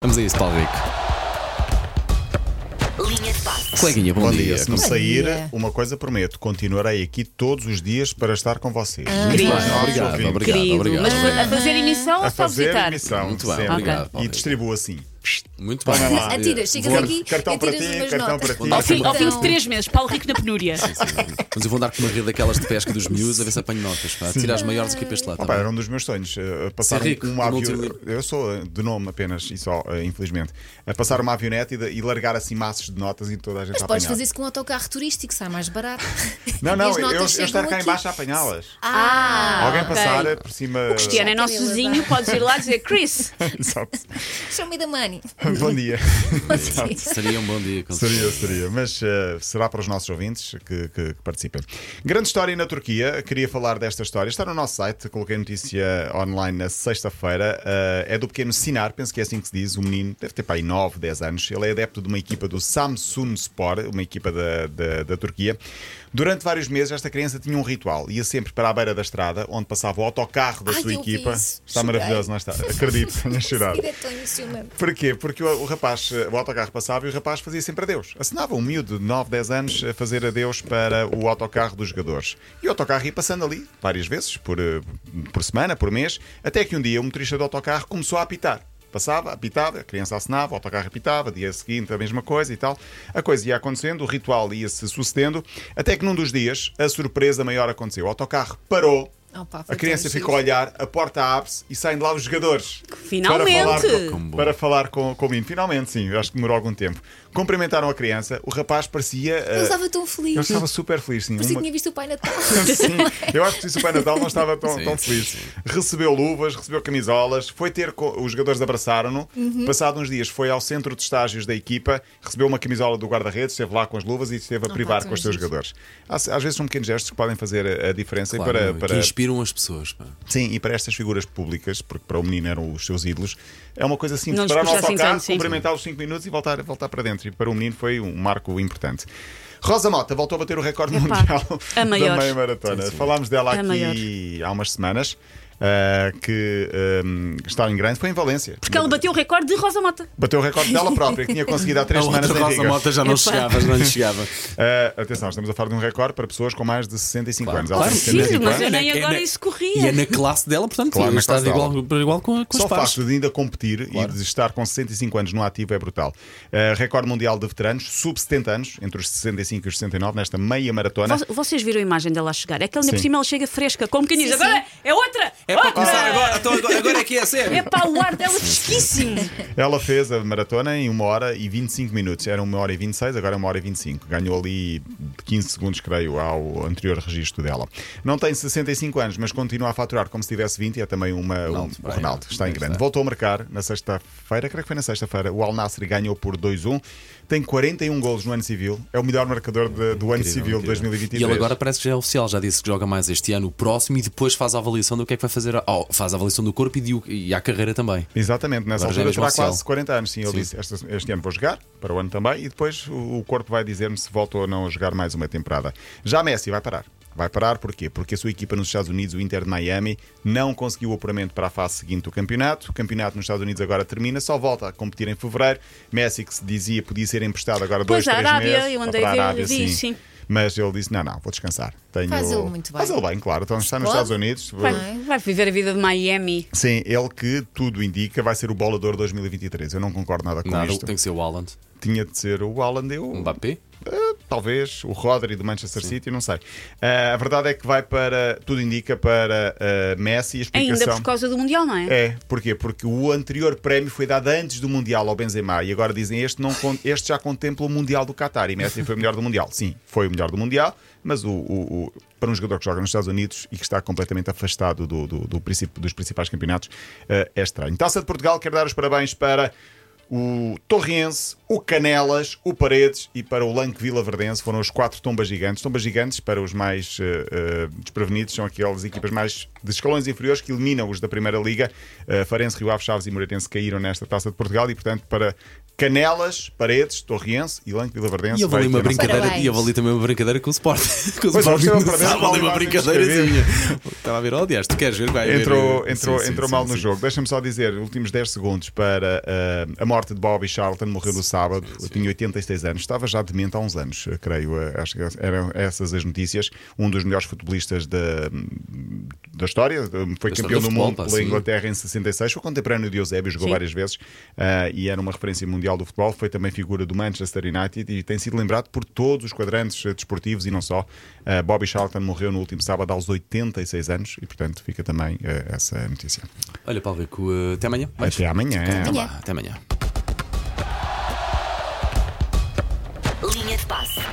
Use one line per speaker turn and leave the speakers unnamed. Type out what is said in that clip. Vamos a isso, Paulo Rico.
Linha de passe.
Coleguinha, bom,
Bom dia, se não
Como- é
sair,
dia.
uma coisa prometo, continuarei aqui todos os dias para estar com vocês.
Muito bem,
Querido.
Ah, Obrigado,
Querido.
obrigado, obrigado.
Querido, mas a fazer emissão
A
ou só
fazer
visitar?
emissão,
Muito bem,
sempre.
obrigado, Paulo.
E distribuo assim.
Muito bem.
Toma lá.
Atira, chegas
Vou-
aqui,
Cartão para
atiras
ti,
umas
cartão
notas.
para ti.
Ao fim, ao fim de
Então.
três meses, Paulo Rico na penúria.
Mas eu vou andar com uma rede daquelas de pesca dos miúdos a ver se apanho notas. Pá. Tirar as maiores aqui para este lado.
Opa,
tá bem?
era um dos meus sonhos. eh, passar
Ser rico,
um avião.
multi-
Eu sou eh, de nome apenas, e só, eh, infelizmente. A passar uma avioneta e, de- e largar assim maços de notas e toda a gente a
Podes
apanhar.
fazer isso com um autocarro turístico, sai mais barato.
Não, não,
E as
eu,
notas
eu
chegam
estar cá
aqui.
em baixo a apanhá-las.
Ah,
Alguém
ok.
passar eh, por cima.
Cristiano é nosso
Querida,
vizinho, podes ir lá dizer Chris.
Exato.
Show me the money.
Bom dia.
Seria um bom dia. com certeza.
Seria, seria, mas eh, será para os nossos ouvintes que, que- que participem. Grande história na Turquia, queria falar desta história. Está no nosso site, coloquei notícia online na sexta-feira. eh, é do pequeno Sinar, penso que é assim que se diz. O menino deve ter para aí 9, 10 anos. Ele é adepto de uma equipa do Samsun Spor, uma equipa da, da, da Turquia. Durante vários meses, esta criança tinha um ritual. Ia sempre para a beira da estrada, onde passava o autocarro da
Ai,
sua
eu vi
equipa.
isso.
Está
Chorei.
maravilhoso, não está? Acredito, tenha chorado.
Isso é tão emocionante.
Porquê? Porque o, o rapaz, eh, o autocarro passava e o rapaz fazia sempre adeus. Assinava um miúdo de 9, 10 anos a fazer adeus para o autocarro dos jogadores. E o autocarro ia passando ali várias vezes, por, eh, por semana, por mês, até que um dia o motorista do autocarro começou a apitar. Passava, apitava, a criança assinava, o autocarro apitava, dia seguinte a mesma coisa e tal. A coisa ia acontecendo, o ritual ia-se sucedendo, até que num dos dias a surpresa maior aconteceu. O autocarro parou,
Opa, foi
a criança
tão
ficou a olhar, a porta abre-se e saem de lá os jogadores.
Finalmente!
Para falar,
Como
com,
bom.
para falar com, com o menino. Finalmente, sim, eu acho que demorou algum tempo. Cumprimentaram a criança, o rapaz parecia.
Eu
eh,
estava tão feliz.
ele estava super feliz, sim.
Parecia que
Uma-
tinha visto o Pai Natal.
Sim, eu acho que isso o Pai Natal não estava tão,
Sim,
tão
sim,
feliz.
sim.
Recebeu luvas, recebeu camisolas, foi ter. co- Os jogadores abraçaram-no.
Uhum.
Passado uns dias foi ao centro de estágios da equipa, recebeu uma camisola do guarda-redes, esteve lá com as luvas e esteve a privar
tão
com os seus
giro.
jogadores. Há- Às, vezes são pequenos gestos que podem fazer a, a diferença e
Claro,
para-
não é?
para,
Que inspiram as pessoas. Pá.
Sim, e para estas figuras públicas, porque para o menino eram os seus ídolos, é uma coisa simples.
Não lhes
para o
custa
nosso
assim
autocarro,
tanto, sim.
cumprimentar os 5 minutos e voltar, voltar para dentro. E para o menino foi um marco importante. Rosa Mota voltou a bater o recorde
Epá,
mundial
a maior.
da meia maratona. Falámos dela
A
aqui há umas semanas, ah, que ah, está em grande, foi em Valência.
Porque ele bateu o recorde de Rosa Mota.
Bateu o recorde dela própria, que tinha conseguido há
A
3 semanas
outra
em
Rosa
Riga.
Mota já não
Epá.
chegava, já não lhe chegava.
Ah, atenção, estamos a falar de um recorde para pessoas com mais de 65 anos. Ela
claro,
tem
sim,
65
mas
anos.
eu nem
É na-
agora
é na- E
isso
é
corria.
na classe dela, portanto,
Claro, na
está
classe
de igual,
dela.
para igual com, com os
Só o
pares.
facto de ainda competir
Claro.
e de estar com 65 anos no ativo é brutal. Uh, recorde mundial de veteranos, sub 70 anos, entre os 65 e os 69, nesta meia maratona.
Vo- Vocês viram a imagem dela a chegar? É que ainda por
Sim.
cima ela chega fresca, como quem diz,
Sim,
agora
sim.
é outra!
É para
outra!
começar agora, então agora, agora é que é sério.
É para o ar dela fresquíssimo!
Ela fez a maratona em 1 hora e 25 minutos. Era 1 hora e 26, agora é 1 hora e 25. Ganhou ali 15 segundos, creio, ao anterior registro dela. Não tem 65 anos, mas continua a faturar como se tivesse 20 e é também uma,
Ronaldo,
um, o
bem,
Ronaldo. Está em
está.
grande. Voltou a marcar na sexta-feira, creio que foi na sexta-feira. O Al Nassr ganhou por 2-1. Tem 41 golos no ano civil. É o melhor marcador de- do ano
Incrível,
civil de
incrível.
2023.
E ele agora parece que já é oficial, já disse que joga mais este ano, o próximo, e depois faz a avaliação do que é que vai fazer. ao- faz a avaliação do corpo e, de, e à carreira também.
Exatamente, nessa
Agora já é
altura
mesmo
terá
oficial.
quase 40 anos. Sim, ele
Sim.
disse: este, este ano vou jogar, para o ano também, e depois o, o corpo vai dizer-me se volta ou não a jogar mais uma temporada. Já Messi vai parar. Vai parar porquê? Porque a sua equipa nos Estados Unidos, o Inter de Miami, não conseguiu o apuramento para a fase seguinte do campeonato. O campeonato nos Estados Unidos agora termina, só volta a competir em fevereiro. Messi, que se dizia podia ser emprestado agora
Pois,
dois,
à
três
Arábia,
meses.
eu
Ou
andei
para
a ver,
Arábia,
vi, sim.
Mas ele disse: não, não, vou descansar. Tenho...
Faz ele muito bem.
Faz ele bem, claro. Então está nos
Pode.
Estados Unidos.
Vai, vai viver a vida de Miami.
Sim, ele que tudo indica vai ser o bolador 2023. Eu não concordo nada com
Nada,
isto.
tem que ser o Haaland. um
Tinha de ser o Haaland, eu,
Mbappé?
eh, talvez o Rodri do Manchester City, não sei. Eh, a verdade é que vai para, tudo indica para eh, Messi e a
Ainda
explicação.
por causa do Mundial, não é?
É, porquê? Porque o anterior prémio foi dado antes do Mundial ao Benzema e agora dizem este, não, con- este já contempla o Mundial do Qatar e Messi foi o melhor do Mundial. Sim, foi o melhor do Mundial, mas o, o- o- para um jogador que joga nos Estados Unidos e que está completamente afastado do, do- do princípio- dos principais campeonatos, eh, é estranho. Taça de Portugal, quero dar os parabéns para o Torrense, o Canelas, o Paredes e para o Lanque Vila Verdense foram as quatro tombas gigantes. Tombas gigantes para os mais eh, eh, desprevenidos são aquelas equipas mais de escalões inferiores que eliminam os da Primeira Liga. Eh, Farense, Rio Ave, Chaves e Moreirense caíram nesta Taça de Portugal e, portanto, para Canelas, Paredes, Torriense e Lanque Vila Verdense.
E eu vali uma
vai ter um nossa-
brincadeira,
Parabéns.
e eu vali também uma brincadeira com o Sport. Com o
Pois,
Sport
eu
no
percebi,
sábado,
qual
ali uma
imagem
brincadeirazinha. Estava a ver, oh, aliás, tu queres ver? Vai ver.
Entrou,
Sim,
entrou,
sim,
entrou
sim,
mal no
sim.
jogo. Deixa-me só dizer, últimos 10 segundos para ah, a morte de Bobby Charlton, morreu no sábado, tinha 86 anos, estava já demente há uns anos, eh, creio. eh, Acho que eram essas as notícias. Um dos melhores futebolistas da, da história, eh, foi
Da história
campeão
do
do
futebol,
mundo
pá,
pela
sim.
Inglaterra em 66, foi contemporâneo de Eusébio, jogou
Sim.
várias vezes ah, e era uma referência mundial do futebol. Foi também figura do Manchester United e tem sido lembrado por todos os quadrantes eh, desportivos e não só. Ah, Bobby Charlton morreu no último sábado aos 86 anos e, portanto, fica também eh, essa notícia.
Olha, Paulo Rico, eh, até amanhã. Vais?
Até amanhã.
Então vá, Até amanhã.
Linha de passe.